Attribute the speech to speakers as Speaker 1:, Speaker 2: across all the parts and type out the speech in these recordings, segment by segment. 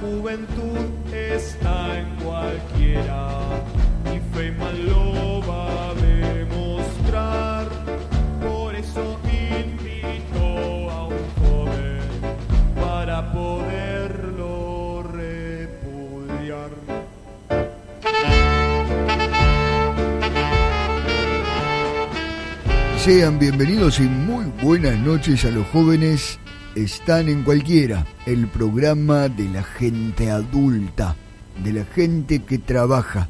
Speaker 1: juventud está en cualquiera y Feynman lo va a demostrar. Por eso invitó a un joven para poderlo repudiar.
Speaker 2: Sean bienvenidos y muy buenas noches a los jóvenes. Están en cualquiera, el programa de la gente adulta, de la gente que trabaja,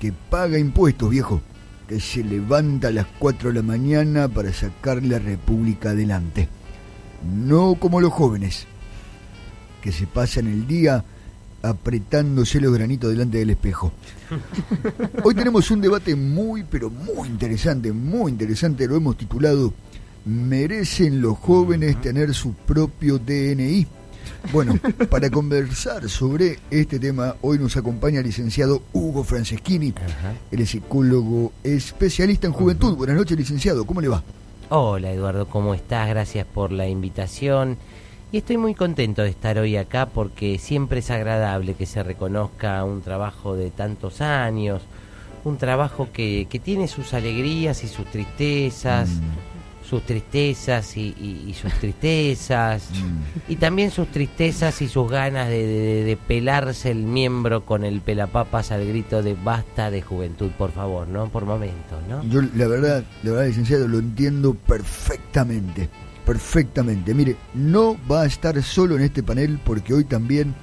Speaker 2: que paga impuestos, viejo, que se levanta a las 4 de la mañana para sacar la República adelante. No como los jóvenes, que se pasan el día apretándose los granitos delante del espejo. Hoy tenemos un debate muy, pero muy interesante, muy interesante, lo hemos titulado ¿Merecen los jóvenes tener su propio DNI? Bueno, para conversar sobre este tema, hoy nos acompaña el licenciado Hugo Franceschini, el psicólogo especialista en juventud. Buenas noches, licenciado, ¿cómo le va?
Speaker 3: Hola Eduardo, ¿cómo estás? Gracias por la invitación. Y estoy muy contento de estar hoy acá porque siempre es agradable que se reconozca un trabajo de tantos años, un trabajo que, que tiene sus alegrías y sus tristezas,
Speaker 2: Mm.
Speaker 3: sus tristezas y, y- y sus tristezas,
Speaker 2: Mm,
Speaker 3: y también sus tristezas y sus ganas de, de- de pelarse el miembro con el pelapapas al grito de basta de juventud, por favor, ¿no? Por momentos, ¿no?
Speaker 2: Yo la verdad, la verdad, licenciado, lo entiendo perfectamente, perfectamente. Mire, no va a estar solo en este panel porque hoy también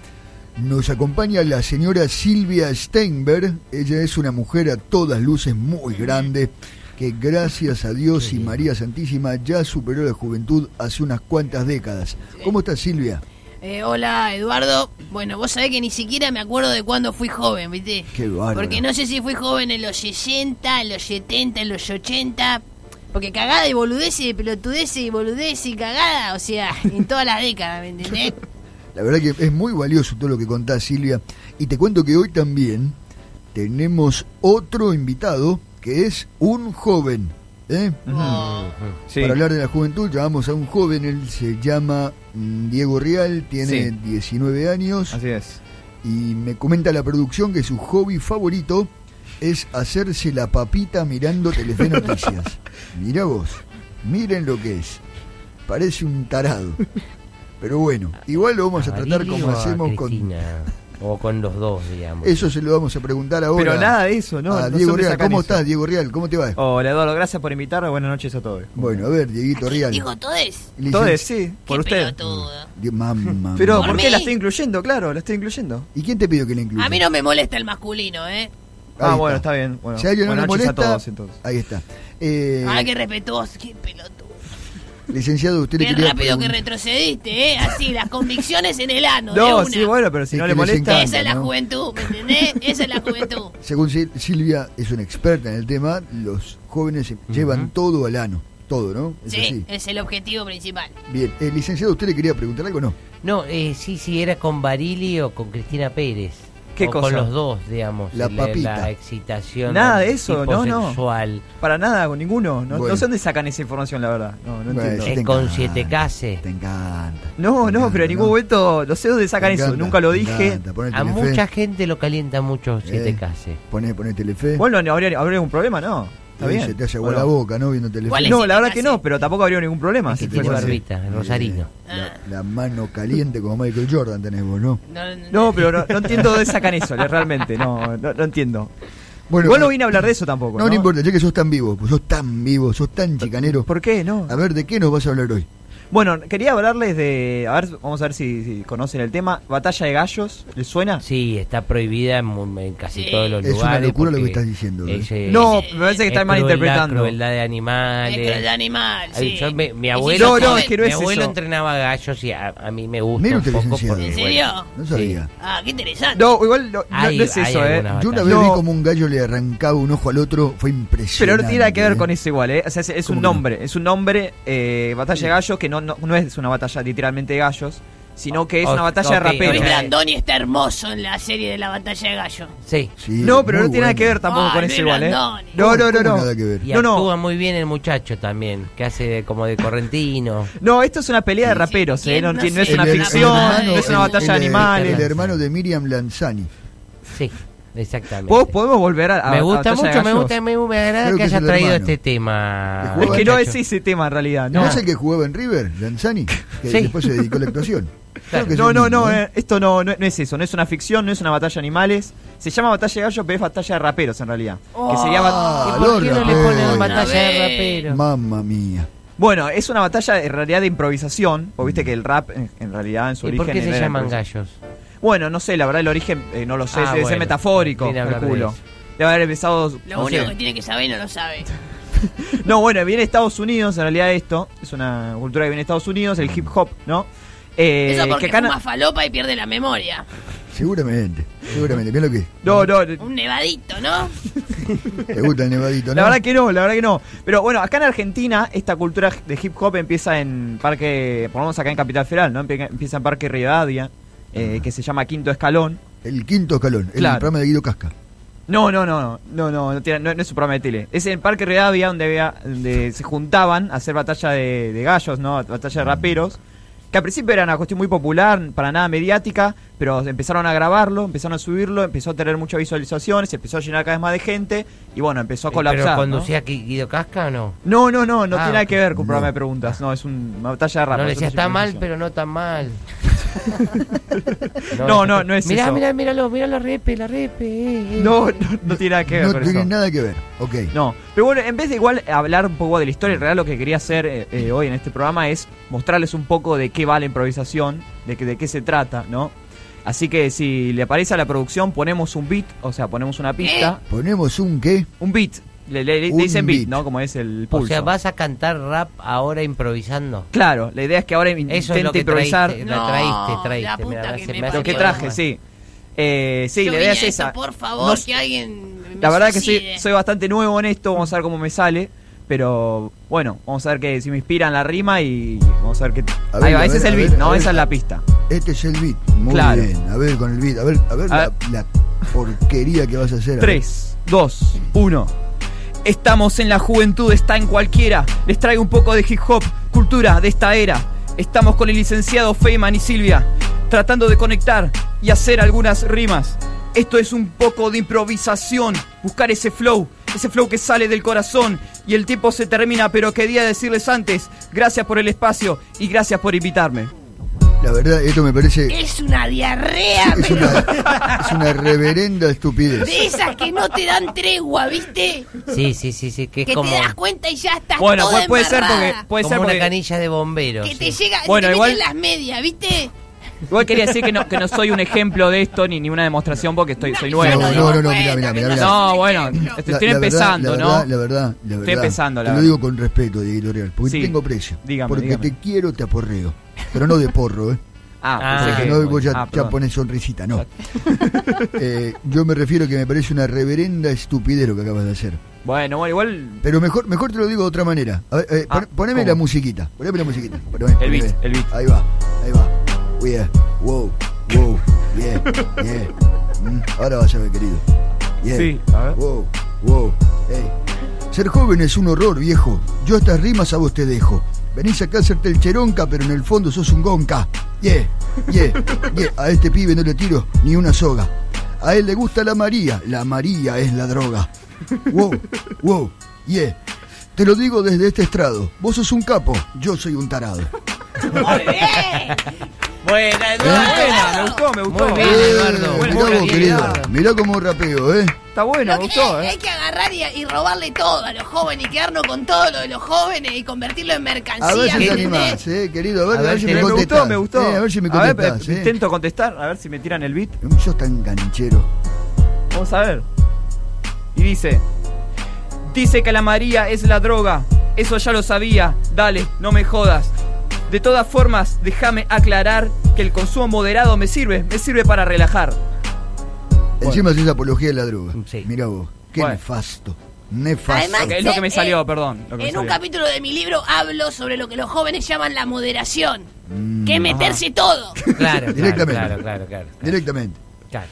Speaker 2: nos acompaña la señora Silvia Steinberg. Ella es una mujer a todas luces muy grande que gracias a Dios y María Santísima ya superó la juventud hace unas cuantas décadas. ¿Cómo está Silvia?
Speaker 4: Eh, hola Eduardo. Bueno, vos sabés que ni siquiera me acuerdo de cuándo fui joven, ¿viste?
Speaker 2: Qué bárbaro.
Speaker 4: Porque no sé si fui joven en los 60, en los 70, en los 80. Porque cagada y boludez y pelotudez y boludez y cagada, o sea, en todas las décadas, ¿me entendés?
Speaker 2: La verdad que es muy valioso todo lo que contás, Silvia. Y te cuento que hoy también tenemos otro invitado que es un joven. ¿eh?
Speaker 5: Sí.
Speaker 2: Para hablar de la juventud, llamamos a un joven, él se llama mm, Diego Real, tiene
Speaker 5: Sí.
Speaker 2: 19 años
Speaker 5: Así es.
Speaker 2: y me comenta la producción que su hobby favorito es hacerse la papita mirando Telefe Noticias. Mirá vos, miren lo que es. Parece un tarado. Pero bueno, igual lo vamos a tratar
Speaker 3: Barili
Speaker 2: como
Speaker 3: o a
Speaker 2: hacemos con...
Speaker 3: Cristina, o con los dos, digamos.
Speaker 2: Eso se lo vamos a preguntar ahora.
Speaker 5: Pero nada de eso, ¿no?
Speaker 2: a
Speaker 5: No
Speaker 2: Ah, Diego
Speaker 5: son de
Speaker 2: Real,
Speaker 5: sacar
Speaker 2: ¿cómo
Speaker 5: eso. Oh.
Speaker 2: estás, Diego Real? ¿Cómo te va?
Speaker 5: Hola Eduardo, gracias por invitarme. Buenas noches a todos.
Speaker 2: Bueno, a ver, Dieguito Real.
Speaker 4: Dijo todes.
Speaker 2: Licen-
Speaker 5: Todos, sí, por
Speaker 4: Qué
Speaker 5: usted.
Speaker 4: pelotudo.
Speaker 2: Di- Mamma
Speaker 5: Pero
Speaker 4: Por
Speaker 5: ¿por
Speaker 4: mí.
Speaker 5: qué la estoy incluyendo? Claro, la estoy incluyendo.
Speaker 2: ¿Y quién te pidió que la incluya?
Speaker 4: A mí no me molesta el masculino, ¿eh?
Speaker 2: Ahí
Speaker 5: Ah, bueno, está bien. Bueno,
Speaker 2: Si a alguien no
Speaker 5: buenas
Speaker 2: le
Speaker 5: noches a
Speaker 2: molesta,
Speaker 5: todos entonces.
Speaker 2: ahí está. Eh,
Speaker 4: Ay, Ah, qué respetuoso, qué pelotudo.
Speaker 2: licenciado, usted le
Speaker 4: Qué
Speaker 2: quería
Speaker 4: rápido que
Speaker 2: preguntar-
Speaker 4: retrocediste, ¿eh? Así, las convicciones en el ano. de
Speaker 5: No,
Speaker 4: una.
Speaker 5: sí, bueno, pero si
Speaker 2: Es
Speaker 5: no
Speaker 2: que
Speaker 5: le
Speaker 2: les
Speaker 5: molesta.
Speaker 2: encanta.
Speaker 4: Esa es la
Speaker 2: ¿no?
Speaker 4: juventud, ¿me entendés? Esa es la juventud.
Speaker 2: Según Sil- Silvia, es una experta en el tema, los jóvenes se llevan todo al ano. Todo, ¿no? Es
Speaker 4: Sí,
Speaker 2: así.
Speaker 4: es el objetivo principal.
Speaker 2: Bien. Eh, licenciado, ¿usted le quería preguntar algo o no?
Speaker 3: No, eh, sí, sí, era con Barili o con Cristina Pérez.
Speaker 5: ¿Qué
Speaker 3: o
Speaker 5: cosa?
Speaker 3: Con los dos, digamos.
Speaker 2: La papita.
Speaker 3: La excitación.
Speaker 5: Nada de
Speaker 3: del
Speaker 5: eso,
Speaker 3: tipo
Speaker 5: no, no.
Speaker 3: sexual.
Speaker 5: Para nada, con ninguno. No,
Speaker 2: Bueno.
Speaker 5: no sé dónde sacan esa información, la verdad. No, no
Speaker 2: Bueno,
Speaker 5: entiendo.
Speaker 2: sí
Speaker 3: Eh, con siete case.
Speaker 2: Te encanta.
Speaker 5: No,
Speaker 2: Te
Speaker 5: no,
Speaker 2: encanta,
Speaker 5: pero en ningún momento. No sé dónde sacan
Speaker 2: Te
Speaker 5: eso.
Speaker 2: encanta,
Speaker 5: Nunca lo
Speaker 2: te
Speaker 5: dije.
Speaker 2: encanta, pon el
Speaker 3: A
Speaker 2: Telefe,
Speaker 3: mucha gente lo calienta mucho siete
Speaker 2: Eh.
Speaker 3: case.
Speaker 2: Poné, poné Telefe.
Speaker 5: Bueno, no habría, habría algún problema, ¿no. Está
Speaker 2: y
Speaker 5: bien.
Speaker 2: Se te haya
Speaker 5: ¿O
Speaker 2: agua la
Speaker 5: no?
Speaker 2: boca, ¿no? Viendo Telefe.
Speaker 4: ¿Cuál es?
Speaker 5: No, la verdad
Speaker 4: Sí,
Speaker 5: que
Speaker 4: sí.
Speaker 5: no, pero tampoco habría ningún problema.
Speaker 3: que
Speaker 5: si
Speaker 3: tiene
Speaker 5: fuese así.
Speaker 3: barbita, rosarino.
Speaker 2: Eh, La, la mano caliente como Michael Jordan tenés vos, ¿no?
Speaker 4: No,
Speaker 5: No, pero no, no entiendo dónde sacan eso, le- realmente, no, no, no entiendo.
Speaker 2: Bueno,
Speaker 5: Igual no vine a hablar de eso tampoco.
Speaker 2: no, no importa, ya que sos tan vivo, pues sos tan vivo, sos tan chicanero.
Speaker 5: ¿Por qué? No.
Speaker 2: A ver, ¿de qué nos vas a hablar hoy?
Speaker 5: Bueno, quería hablarles de. A ver, vamos a ver si, si conocen el tema. Batalla de gallos, ¿les suena?
Speaker 3: Sí, está prohibida en, mu- en casi
Speaker 4: Sí.
Speaker 3: todos los
Speaker 2: Es una
Speaker 3: lugares.
Speaker 2: locura lo que
Speaker 3: porque
Speaker 2: estás diciendo, ¿eh?
Speaker 3: es, eh,
Speaker 5: No,
Speaker 3: es
Speaker 5: me parece que
Speaker 3: crueldad,
Speaker 5: están malinterpretando.
Speaker 3: Crueldad de
Speaker 4: es
Speaker 3: animales.
Speaker 4: el animal,
Speaker 3: Ay,
Speaker 4: sí.
Speaker 3: yo me- mi
Speaker 4: Y si
Speaker 3: abuelo,
Speaker 4: sos
Speaker 5: No, no,
Speaker 4: joven-
Speaker 5: es que no
Speaker 3: mi
Speaker 5: es
Speaker 3: abuelo
Speaker 5: eso.
Speaker 3: entrenaba gallos y a, a mí me gusta.
Speaker 2: Mire
Speaker 3: un
Speaker 2: usted,
Speaker 3: poco
Speaker 2: licenciado.
Speaker 3: porque,
Speaker 4: ¿En
Speaker 3: bueno,
Speaker 4: serio?
Speaker 2: No sabía.
Speaker 4: Ah, qué interesante.
Speaker 5: No, igual no, no-
Speaker 3: hay-
Speaker 5: no es
Speaker 3: hay
Speaker 5: eso, ¿eh?
Speaker 3: alguna
Speaker 2: Yo una
Speaker 3: batalla.
Speaker 2: vez
Speaker 5: No.
Speaker 2: vi como un gallo le arrancaba un ojo al otro, fue impresionante.
Speaker 5: Pero no tiene nada que ver con
Speaker 2: ¿eh?
Speaker 5: eso igual, ¿eh? O sea, es, es
Speaker 2: ¿Cómo que
Speaker 5: un
Speaker 2: no?
Speaker 5: nombre, es un nombre, eh, batalla de gallos, que no, no, no es una batalla literalmente de gallos, sino que es
Speaker 3: O-
Speaker 5: una batalla
Speaker 3: ok,
Speaker 5: de raperos.
Speaker 4: Luis
Speaker 3: ok.
Speaker 4: Blandoni está hermoso en la serie de la batalla de gallo.
Speaker 3: Sí.
Speaker 2: Sí,
Speaker 5: No, pero no
Speaker 2: muy
Speaker 5: tiene nada
Speaker 2: bueno.
Speaker 5: que ver tampoco
Speaker 4: Ay,
Speaker 5: con
Speaker 4: Luis
Speaker 5: eso igual, ¿eh?
Speaker 4: Brandoni.
Speaker 5: No, no, no,
Speaker 2: ¿Cómo
Speaker 5: no.
Speaker 2: nada que ver?
Speaker 3: Y
Speaker 5: No, no.
Speaker 3: actúa muy bien el muchacho también, que hace de- como de correntino.
Speaker 5: No, esto es una pelea de raperos, ¿eh? No,
Speaker 4: No
Speaker 5: ti- no es
Speaker 4: sé.
Speaker 5: una
Speaker 4: El- el
Speaker 5: ficción,
Speaker 4: hermano-
Speaker 5: no es una
Speaker 4: el-
Speaker 5: batalla de
Speaker 2: el-
Speaker 5: animales.
Speaker 2: El hermano de Miriam Lanzani.
Speaker 3: Sí, exactamente.
Speaker 5: ¿Vos podemos volver a, a-
Speaker 3: me
Speaker 5: a
Speaker 3: gusta
Speaker 5: Batalla de
Speaker 3: mucho, me
Speaker 5: Gallos?
Speaker 3: gusta, me, me agrada
Speaker 2: Creo
Speaker 3: que,
Speaker 2: que es
Speaker 3: haya
Speaker 2: el
Speaker 3: traído
Speaker 2: hermano.
Speaker 3: este tema.
Speaker 2: Que
Speaker 5: Es
Speaker 2: juega
Speaker 5: que no
Speaker 3: muchacho.
Speaker 5: es ese tema en realidad,
Speaker 2: ¿No,
Speaker 5: ¿no?
Speaker 2: es el que jugaba en River, Lanzani? Que
Speaker 3: Sí.
Speaker 2: después se dedicó a la actuación. Creo que es
Speaker 5: No,
Speaker 2: el
Speaker 5: no,
Speaker 2: mismo,
Speaker 5: no,
Speaker 2: ¿eh?
Speaker 5: eh, esto no, no, no es eso, no es una ficción, no es una batalla de animales. Se llama batalla de gallos, pero es batalla de raperos en realidad. que sería bat-
Speaker 2: Ah,
Speaker 3: ¿Y por qué
Speaker 2: los
Speaker 3: no le ponen
Speaker 2: raperos.
Speaker 3: batalla de
Speaker 4: Una
Speaker 3: rapero?
Speaker 2: Mamma mía.
Speaker 5: Bueno, es una batalla en realidad de improvisación, porque viste que el rap en, en realidad en su
Speaker 3: ¿Y
Speaker 5: origen
Speaker 3: por qué
Speaker 5: era
Speaker 3: se llaman
Speaker 5: improvisación.
Speaker 3: gallos?
Speaker 5: Bueno, no sé, la verdad el origen eh, no lo sé,
Speaker 3: Ah,
Speaker 5: debe ser
Speaker 3: bueno.
Speaker 5: metafórico,
Speaker 3: Viene a hablar de
Speaker 5: calculo.
Speaker 3: eso.
Speaker 5: Debe haber empezado
Speaker 4: Lo
Speaker 5: no
Speaker 4: único
Speaker 5: sé.
Speaker 4: que tiene que saber no lo sabe.
Speaker 3: Eh,
Speaker 5: No, bueno, viene de Estados Unidos, en realidad esto es una cultura que viene de Estados Unidos, el hip hop, ¿no? Eh,
Speaker 4: Eso porque
Speaker 5: que acá na-
Speaker 4: fuma falopa y pierde la memoria.
Speaker 2: Seguramente, seguramente. Mira lo que es.
Speaker 5: No, no, no,
Speaker 4: Un nevadito, ¿no?
Speaker 2: Te gusta el nevadito, ¿no?
Speaker 5: La verdad que no, la verdad que no. Pero bueno, acá en Argentina esta cultura de hip hop empieza en Parque, por lo menos acá en Capital Federal, ¿no? Empie- Empieza en Parque Rivadavia, eh, que se llama Quinto Escalón.
Speaker 2: El quinto escalón, el
Speaker 5: Claro.
Speaker 2: programa de Guido Casca.
Speaker 5: No, no, no, no, no, no, no, tiene- no, no es un programa de tele. Es en Parque Rivadavia donde, había- donde se juntaban a hacer batalla de, de gallos, ¿no? Batalla
Speaker 3: Mm.
Speaker 5: de raperos. Que al principio era una cuestión muy popular, para nada mediática, pero empezaron a grabarlo, empezaron a subirlo, empezó a tener muchas visualizaciones, empezó a llenar cada vez más de gente y bueno, empezó a colapsar.
Speaker 3: Eh, ¿Pero
Speaker 5: ¿no?
Speaker 3: conducía Gui- Guido Casca o no?
Speaker 5: No, no, no, no
Speaker 3: Ah,
Speaker 5: tiene nada que ver con
Speaker 2: no.
Speaker 5: programa de preguntas. No, es un- una batalla de rap.
Speaker 3: No le
Speaker 5: es una
Speaker 3: decía, está mal,
Speaker 5: improvisación".
Speaker 3: pero no tan mal.
Speaker 5: No, no, no es
Speaker 3: mirá,
Speaker 5: eso.
Speaker 3: Mirá, míralo, mirá la repe, la repe. eh, eh.
Speaker 5: No, no, no tiene nada que ver
Speaker 2: No
Speaker 5: con
Speaker 2: tiene
Speaker 5: eso.
Speaker 2: nada que ver. Ok.
Speaker 5: No, pero bueno, en vez de igual hablar un poco de la historia real, lo que quería hacer eh, eh, hoy en este programa es mostrarles un poco de qué va la improvisación, de, que, de qué se trata, ¿no? Así que si le aparece a la producción, ponemos un beat, o sea, ponemos una pista.
Speaker 3: Eh.
Speaker 2: Ponemos un qué.
Speaker 5: Un beat, le, le- le
Speaker 2: Un
Speaker 5: dicen beat,
Speaker 2: beat.
Speaker 5: ¿no? Como es el pulso.
Speaker 3: O sea, vas a cantar rap ahora improvisando.
Speaker 5: Claro, la idea es que ahora in- intente
Speaker 3: Eso es lo que
Speaker 5: improvisar
Speaker 3: traíste, la
Speaker 4: No,
Speaker 3: traíste,
Speaker 4: la
Speaker 3: traíste.
Speaker 4: puta
Speaker 3: mirá,
Speaker 4: que
Speaker 3: se
Speaker 4: me
Speaker 3: me hace
Speaker 5: lo que
Speaker 4: parió.
Speaker 5: traje, sí. Eh, sí,
Speaker 4: Yo
Speaker 5: la
Speaker 4: vine
Speaker 5: idea
Speaker 4: a
Speaker 5: es
Speaker 4: esto,
Speaker 5: esa.
Speaker 4: Por
Speaker 5: No
Speaker 4: favor,
Speaker 5: sé-
Speaker 4: que alguien. me
Speaker 5: La verdad que soy,
Speaker 4: suicide.
Speaker 5: soy bastante nuevo en esto, vamos a ver cómo me sale. Pero bueno, vamos a ver que si me inspiran la rima y vamos a ver qué.
Speaker 2: A ver,
Speaker 5: Ahí
Speaker 2: a
Speaker 5: va, ese
Speaker 2: ver,
Speaker 5: es el
Speaker 2: a
Speaker 5: beat,
Speaker 2: ver, a
Speaker 5: ¿no?
Speaker 2: ver.
Speaker 5: Esa es la pista.
Speaker 2: Este es el beat. Muy
Speaker 5: Claro.
Speaker 2: bien. A ver con el beat. A ver, a ver,
Speaker 5: A
Speaker 2: la, la porquería que vas a hacer. A ver.
Speaker 5: 3, 2, 1. Estamos en la juventud, está en cualquiera. Les traigo un poco de hip hop, cultura de esta era. Estamos con el licenciado Feynman y Silvia, tratando de conectar y hacer algunas rimas. Esto es un poco de improvisación, buscar ese flow, ese flow que sale del corazón. Y el tiempo se termina, pero quería decirles antes, gracias por el espacio y gracias por invitarme.
Speaker 2: La verdad, esto me parece.
Speaker 4: Es una diarrea,
Speaker 2: Es
Speaker 4: pero
Speaker 2: una, es una reverenda estupidez.
Speaker 4: de esas que no te dan tregua, ¿viste?
Speaker 3: Sí, sí, sí, sí, que es
Speaker 4: Que
Speaker 3: como,
Speaker 4: te das cuenta y ya estás
Speaker 5: Bueno, pues
Speaker 4: toda
Speaker 5: puede, puede ser
Speaker 4: embarrada.
Speaker 5: porque. Puede
Speaker 3: como
Speaker 5: ser
Speaker 3: una
Speaker 5: porque-
Speaker 3: canilla de bomberos.
Speaker 4: Que
Speaker 3: sí.
Speaker 4: te llega,
Speaker 5: Bueno,
Speaker 4: te
Speaker 5: igual-
Speaker 4: meten las medias, ¿viste?
Speaker 5: Igual quería decir que no, que no soy un ejemplo de esto ni, ni una demostración porque estoy, soy nuevo.
Speaker 2: No,
Speaker 5: ¿no?
Speaker 2: no, no, no, mirá, mirá, mirá, mirá.
Speaker 5: No, bueno, estoy, estoy
Speaker 2: La- la verdad,
Speaker 5: empezando,
Speaker 2: la
Speaker 5: ¿no?
Speaker 2: verdad, la verdad, la verdad.
Speaker 5: empezando,
Speaker 2: Te
Speaker 5: la
Speaker 2: lo
Speaker 5: verdad.
Speaker 2: digo con respeto, Dieguito Real, porque
Speaker 5: Sí.
Speaker 2: tengo precio.
Speaker 5: Dígame,
Speaker 2: porque
Speaker 5: dígame.
Speaker 2: te quiero, te aporreo. Pero no de porro, ¿eh?
Speaker 5: Ah, pensé
Speaker 3: Ah,
Speaker 2: Porque
Speaker 5: que-
Speaker 2: no vos ya,
Speaker 5: ah,
Speaker 2: ya
Speaker 5: perdón.
Speaker 2: pones sonrisita, no. Eh, yo me refiero que me parece una reverenda estupidez lo que acabas de hacer.
Speaker 5: Bueno, bueno, igual
Speaker 2: Pero mejor, mejor te lo digo de otra manera. A ver, eh,
Speaker 5: Ah,
Speaker 2: pon- poneme
Speaker 5: ¿cómo?
Speaker 2: la musiquita. Poneme la musiquita. Poneme, poneme.
Speaker 5: beat, el beat.
Speaker 2: Ahí va, ahí va. Oh, Yeah, wow, wow, yeah, yeah. Mm, ahora vas a ver, querido. Yeah.
Speaker 5: Sí, a ver.
Speaker 2: Wow, wow, hey. Ser joven es un horror, viejo. Yo estas rimas a vos te dejo. Venís acá a hacerte el cheronca, pero en el fondo sos un gonca. Yeah, yeah, yeah. A este pibe no le tiro ni una soga. A él le gusta la María. La María es la droga. Wow, wow, yeah. Te lo digo desde este estrado. Vos sos un capo, yo soy un tarado.
Speaker 4: Muy bien.
Speaker 3: Buena,
Speaker 5: Buena, me gustó, me gustó.
Speaker 3: Muy bien,
Speaker 2: Eh,
Speaker 3: Eduardo.
Speaker 5: Buena,
Speaker 2: mirá
Speaker 5: buena
Speaker 2: vos,
Speaker 5: idea.
Speaker 2: querido. Mirá cómo rapeo, ¿eh?
Speaker 5: Está bueno, me
Speaker 4: Lo que
Speaker 5: gustó,
Speaker 4: hay, hay
Speaker 5: ¿eh?
Speaker 4: que agarrar y, y robarle todo a los jóvenes y quedarnos con todo lo de los jóvenes y convertirlo en mercancía.
Speaker 2: A ver si te
Speaker 4: ¿entendés?
Speaker 2: animás, ¿eh, querido? A ver,
Speaker 3: A
Speaker 2: a ver
Speaker 3: ver,
Speaker 2: si
Speaker 3: te-
Speaker 2: me
Speaker 5: Me
Speaker 2: contestás.
Speaker 5: gustó, me gustó.
Speaker 2: Eh, a ver si me
Speaker 5: A ver,
Speaker 2: contestás.
Speaker 5: pe-
Speaker 2: eh.
Speaker 5: intento contestar, a ver si me tiran el beat.
Speaker 2: Sos tan canchero.
Speaker 5: Vamos a ver. Y dice: Dice que la María es la droga. Eso ya lo sabía. Dale, no me jodas. De todas formas, déjame aclarar que el consumo moderado me sirve, me sirve para relajar.
Speaker 2: Encima haces apología de la droga.
Speaker 3: Sí.
Speaker 2: Mirá vos, qué
Speaker 5: Mm, Bueno.
Speaker 2: nefasto. nefasto.
Speaker 4: Además,
Speaker 5: Ok, es lo que me
Speaker 4: eh,
Speaker 5: salió, perdón. lo que me
Speaker 4: En un
Speaker 5: salió.
Speaker 4: capítulo de mi libro hablo sobre lo que los jóvenes llaman la moderación,
Speaker 2: Mm,
Speaker 4: que es meterse todo.
Speaker 3: Claro, claro,
Speaker 2: Directamente.
Speaker 3: claro, claro, claro, claro,
Speaker 2: Directamente.
Speaker 3: claro.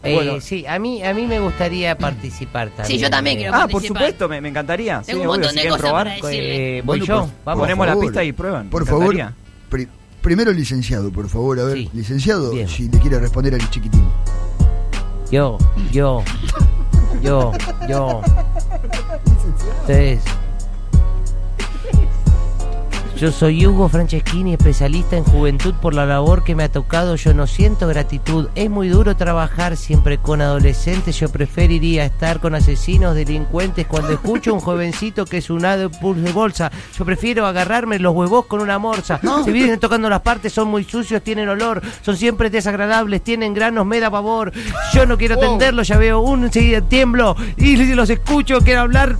Speaker 5: Bueno.
Speaker 3: Eh, sí, a mí, a mí me gustaría participar también.
Speaker 4: Sí, yo también
Speaker 3: eh.
Speaker 4: quiero
Speaker 5: Ah, por
Speaker 4: participar.
Speaker 5: supuesto, me, me encantaría.
Speaker 4: Tengo
Speaker 5: Sí,
Speaker 4: un
Speaker 5: obvio,
Speaker 4: montón
Speaker 5: si
Speaker 4: de
Speaker 5: quieren
Speaker 4: cosas
Speaker 5: probar.
Speaker 4: para decir.
Speaker 3: Eh, voy
Speaker 2: Bueno,
Speaker 3: yo,
Speaker 2: por-
Speaker 3: vamos.
Speaker 5: Ponemos la
Speaker 2: favor.
Speaker 5: pista y prueban.
Speaker 2: Por
Speaker 5: me
Speaker 2: favor,
Speaker 5: encantaría.
Speaker 2: pri- primero el licenciado, por favor. A ver,
Speaker 3: Sí.
Speaker 2: licenciado,
Speaker 3: Bien.
Speaker 2: si le quiere responder al chiquitín.
Speaker 3: Yo, yo, yo, yo. Tres. Yo soy Hugo Franceschini, especialista en juventud por la labor que me ha tocado. Yo no siento gratitud. Es muy duro trabajar siempre con adolescentes. Yo preferiría estar con asesinos, delincuentes. Cuando escucho a un jovencito que es un adepus de bolsa, yo prefiero agarrarme los huevos con una morsa. Se vienen tocando las partes, son muy sucios, tienen olor, son siempre desagradables, tienen granos, me da pavor. Yo no quiero atenderlos, ya veo un enseguida tiemblo y los escucho, quiero hablar.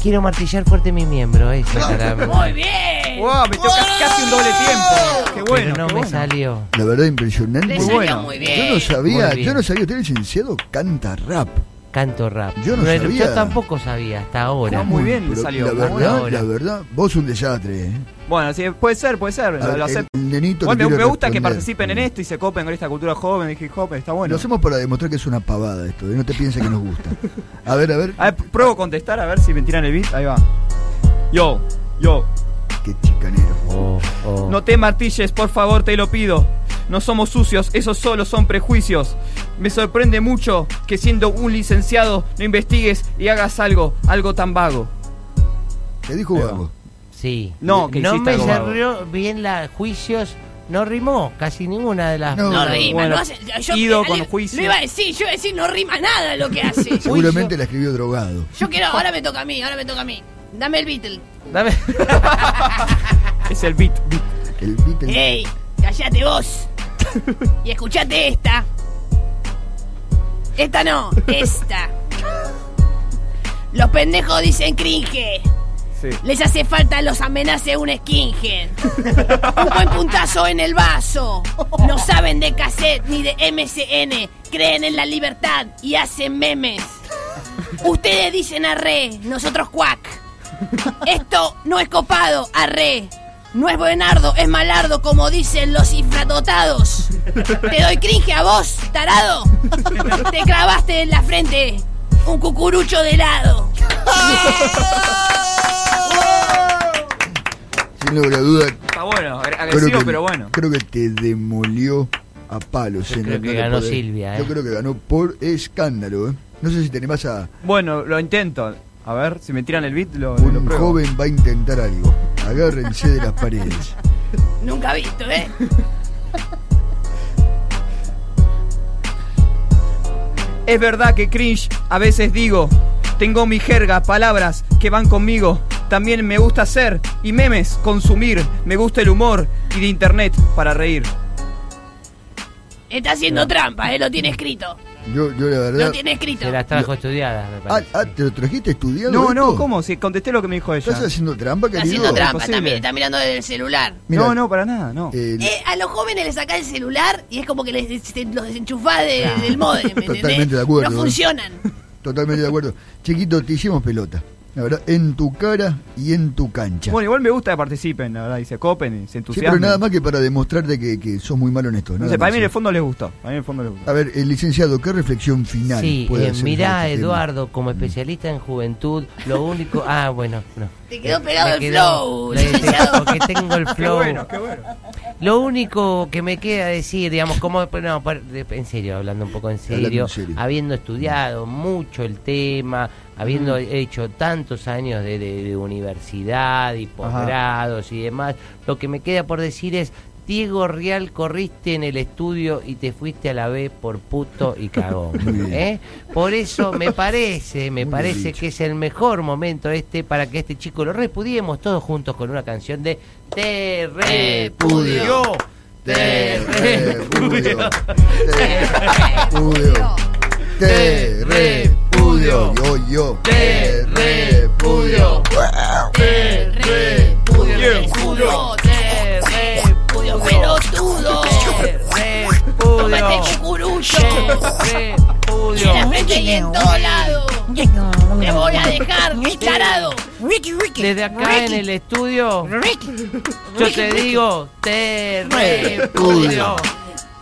Speaker 3: Quiero martillar fuerte mi miembro, eso caramba.
Speaker 4: Muy bien.
Speaker 5: ¡Wow! Metió
Speaker 4: ¡Oh!
Speaker 5: ca- casi un doble tiempo. ¡Qué bueno!
Speaker 3: Pero no
Speaker 5: qué
Speaker 3: me
Speaker 5: bueno.
Speaker 3: salió.
Speaker 2: La verdad, impresionante.
Speaker 4: Le
Speaker 5: Muy
Speaker 4: salió
Speaker 5: bueno.
Speaker 4: muy
Speaker 2: Yo
Speaker 4: bien.
Speaker 2: no sabía,
Speaker 3: Muy bien.
Speaker 2: yo no sabía. Usted, licenciado, canta rap.
Speaker 3: Canto rap.
Speaker 2: Yo no sabía.
Speaker 3: yo tampoco sabía hasta ahora.
Speaker 5: No, muy bien
Speaker 2: Pero
Speaker 5: salió,
Speaker 2: La
Speaker 5: muy
Speaker 2: verdad,
Speaker 3: bueno.
Speaker 2: la verdad, vos un desastre. ¿eh?
Speaker 5: Bueno, sí, puede ser, puede ser.
Speaker 2: A
Speaker 5: lo
Speaker 2: ver, el-
Speaker 5: acepto.
Speaker 2: el nenito
Speaker 5: Igual
Speaker 2: le
Speaker 5: me,
Speaker 2: quiere
Speaker 5: me gusta que
Speaker 2: responder. Mm.
Speaker 5: participen en esto y se copen con esta cultura joven de hip hop. Está bueno.
Speaker 2: Lo hacemos para demostrar que es una pavada esto. ¿eh? No te pienses que nos gusta. A ver, a ver.
Speaker 5: A ver, pruebo contestar a ver si me tiran el beat. Ahí va. Yo, yo.
Speaker 2: Qué chicanero.
Speaker 3: Oh, oh.
Speaker 5: No te martilles, por favor, te lo pido. No somos sucios, esos solo son prejuicios. Me sorprende mucho que siendo un licenciado no investigues y hagas algo, algo tan vago.
Speaker 2: ¿Qué dijo
Speaker 5: Ahí va.
Speaker 2: Vago?
Speaker 3: Sí.
Speaker 5: No, que
Speaker 3: no
Speaker 5: hiciste
Speaker 3: me
Speaker 5: algo, Gabo.
Speaker 3: cerró bien la juicios. No rimó casi ninguna de las.
Speaker 2: No.
Speaker 4: No rima,
Speaker 5: Bueno,
Speaker 4: no hace. Yo,
Speaker 5: ido con
Speaker 4: lo-
Speaker 5: juicio.
Speaker 4: Lo iba a decir, yo iba a decir, no rima nada lo que hace.
Speaker 2: Seguramente la escribió drogado.
Speaker 4: Yo quiero, ahora me toca a mí, ahora me toca a mí. Dame el Beatle.
Speaker 5: Dame. es el beat. beat.
Speaker 2: El Beatle.
Speaker 5: Eh.
Speaker 4: ¡Ey! ¡Callate vos! y escuchate esta. Esta no, esta. Los pendejos dicen cringe.
Speaker 5: Sí.
Speaker 4: Les hace falta los amenace un skinhead. Un buen puntazo en el vaso. No saben de cassette ni de MCN. Creen en la libertad y hacen memes. Ustedes dicen arre, nosotros cuac. Esto no es copado, arre. No es buenardo, es malardo, como dicen los infradotados. Te doy cringe a vos, tarado. Te clavaste en la frente un cucurucho de helado.
Speaker 2: Sin lugar a duda,
Speaker 5: Está bueno, agre-
Speaker 2: creo
Speaker 5: agresivo,
Speaker 2: que,
Speaker 5: pero bueno.
Speaker 2: creo que te demolió a palos.
Speaker 3: Yo
Speaker 2: eh,
Speaker 3: creo
Speaker 2: no-
Speaker 3: que
Speaker 2: no le
Speaker 3: ganó
Speaker 2: podés-
Speaker 3: Silvia, eh.
Speaker 2: Yo creo que ganó por escándalo. ¿eh? No sé si te animás a.
Speaker 5: Bueno, lo intento. A ver, si me tiran el beat, lo, lo
Speaker 2: Un
Speaker 5: pruebo.
Speaker 2: joven va a intentar algo. Agárrense de las paredes.
Speaker 4: Nunca visto, ¿eh?
Speaker 5: Es verdad que cringe, a veces digo. Tengo mi jerga, palabras que van conmigo. También me gusta hacer y memes, consumir. Me gusta el humor y de internet para reír.
Speaker 4: Está haciendo trampa, ¿eh? Lo tiene escrito.
Speaker 2: Yo, yo la verdad.
Speaker 4: Lo tiene escrito.
Speaker 3: Se las trajo estudiadas, me
Speaker 2: Ah,
Speaker 3: parece.
Speaker 2: ah, ¿te lo trajiste estudiado?
Speaker 5: No, no,
Speaker 2: esto?
Speaker 5: ¿cómo? Si contesté lo que me dijo ella.
Speaker 2: ¿Estás haciendo trampa,
Speaker 4: Está
Speaker 2: querido?
Speaker 4: haciendo trampa,
Speaker 5: imposible.
Speaker 4: está, mi- está mirando desde el celular.
Speaker 2: Mira,
Speaker 5: No, no, para nada, no.
Speaker 2: eh,
Speaker 4: Eh, a los jóvenes les sacás el celular y es como que les, se- los desenchufás de- del modem, ¿me entendés?
Speaker 2: Totalmente de acuerdo, ¿no?
Speaker 4: No funcionan.
Speaker 2: Totalmente de acuerdo. Chiquito, te hicimos pelota. La verdad, en tu cara y en tu cancha.
Speaker 5: Bueno, igual me gusta que participen, la verdad, y se copen y se
Speaker 2: Sí,
Speaker 5: entusiasmen.
Speaker 2: pero nada más que para demostrarte que, que sos muy malo en esto.
Speaker 5: No
Speaker 2: nada
Speaker 5: sé, para
Speaker 2: más,
Speaker 5: mí en el
Speaker 2: ¿eh?
Speaker 5: fondo les gustó. Para mí en el fondo les gustó.
Speaker 2: A ver, el licenciado, ¿qué reflexión final?
Speaker 3: Sí,
Speaker 2: puede
Speaker 3: eh,
Speaker 2: hacer
Speaker 3: mirá,
Speaker 2: sobre este tema?
Speaker 3: Eduardo, como especialista en juventud, lo único. Ah, bueno, no.
Speaker 4: Te quedó
Speaker 3: Me
Speaker 4: pegado el flow,
Speaker 3: le-
Speaker 4: licenciado.
Speaker 3: Porque tengo
Speaker 2: Ah,
Speaker 3: el flow.
Speaker 5: bueno.
Speaker 3: Lo único que me queda decir, digamos, como no, par- de- en serio, hablando un poco en
Speaker 2: Hablando
Speaker 3: serio,
Speaker 2: en serio.
Speaker 3: habiendo estudiado mucho el tema, habiendo hecho tantos años de, de- de universidad y posgrados y demás, lo que me queda por decir es Diego Real corriste en el estudio y te fuiste a la B por puto y cagón.
Speaker 2: Muy bien.
Speaker 3: ¿eh? Por eso me parece, me
Speaker 2: Muy bien
Speaker 3: parece
Speaker 2: dicho.
Speaker 3: que es el mejor momento este para que este chico lo repudiemos todos juntos con una canción de Te repudio.
Speaker 2: Te repudio.
Speaker 4: Te
Speaker 2: Te repudio. Te repudio. Yo, yo. Te repudio.
Speaker 4: Te repudio, pesudo, te repudio, pelotudo. Tómate cucurucho.
Speaker 3: Te repudio.
Speaker 5: estudio.
Speaker 4: Tiene frente en todos lados. Te voy a dejar tarado.
Speaker 6: Ricky, Ricky.
Speaker 3: Desde acá en el estudio,
Speaker 6: Ricky.
Speaker 3: yo te digo, te repudio.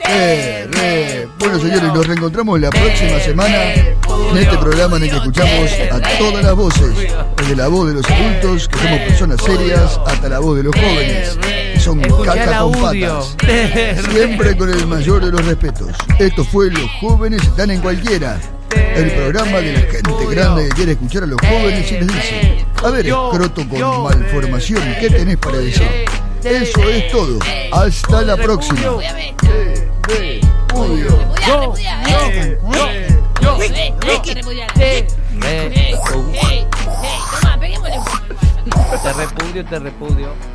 Speaker 2: Eh, re. Bueno, señores, nos reencontramos la
Speaker 3: Te
Speaker 2: próxima semana en este programa en el que escuchamos a todas las voces, desde la voz de los adultos, que somos personas serias, hasta la voz de los jóvenes, que son
Speaker 3: Escuchá el
Speaker 2: caca con
Speaker 3: audio.
Speaker 2: patas.
Speaker 3: Te
Speaker 2: Siempre con el mayor de los respetos. Esto fue Los jóvenes están en cualquiera. El programa de la gente grande que quiere escuchar a los jóvenes y les dice, a ver, escroto con malformación, ¿qué tenés para decir? Eso es todo. Hasta la próxima.
Speaker 4: Voy a ver. Repudiar, repudiar, eh. Eh, tenés que repudiar. Eh, eh,
Speaker 3: repudio.
Speaker 4: eh, Toma, peguémosle.
Speaker 3: Te repudio, te repudio.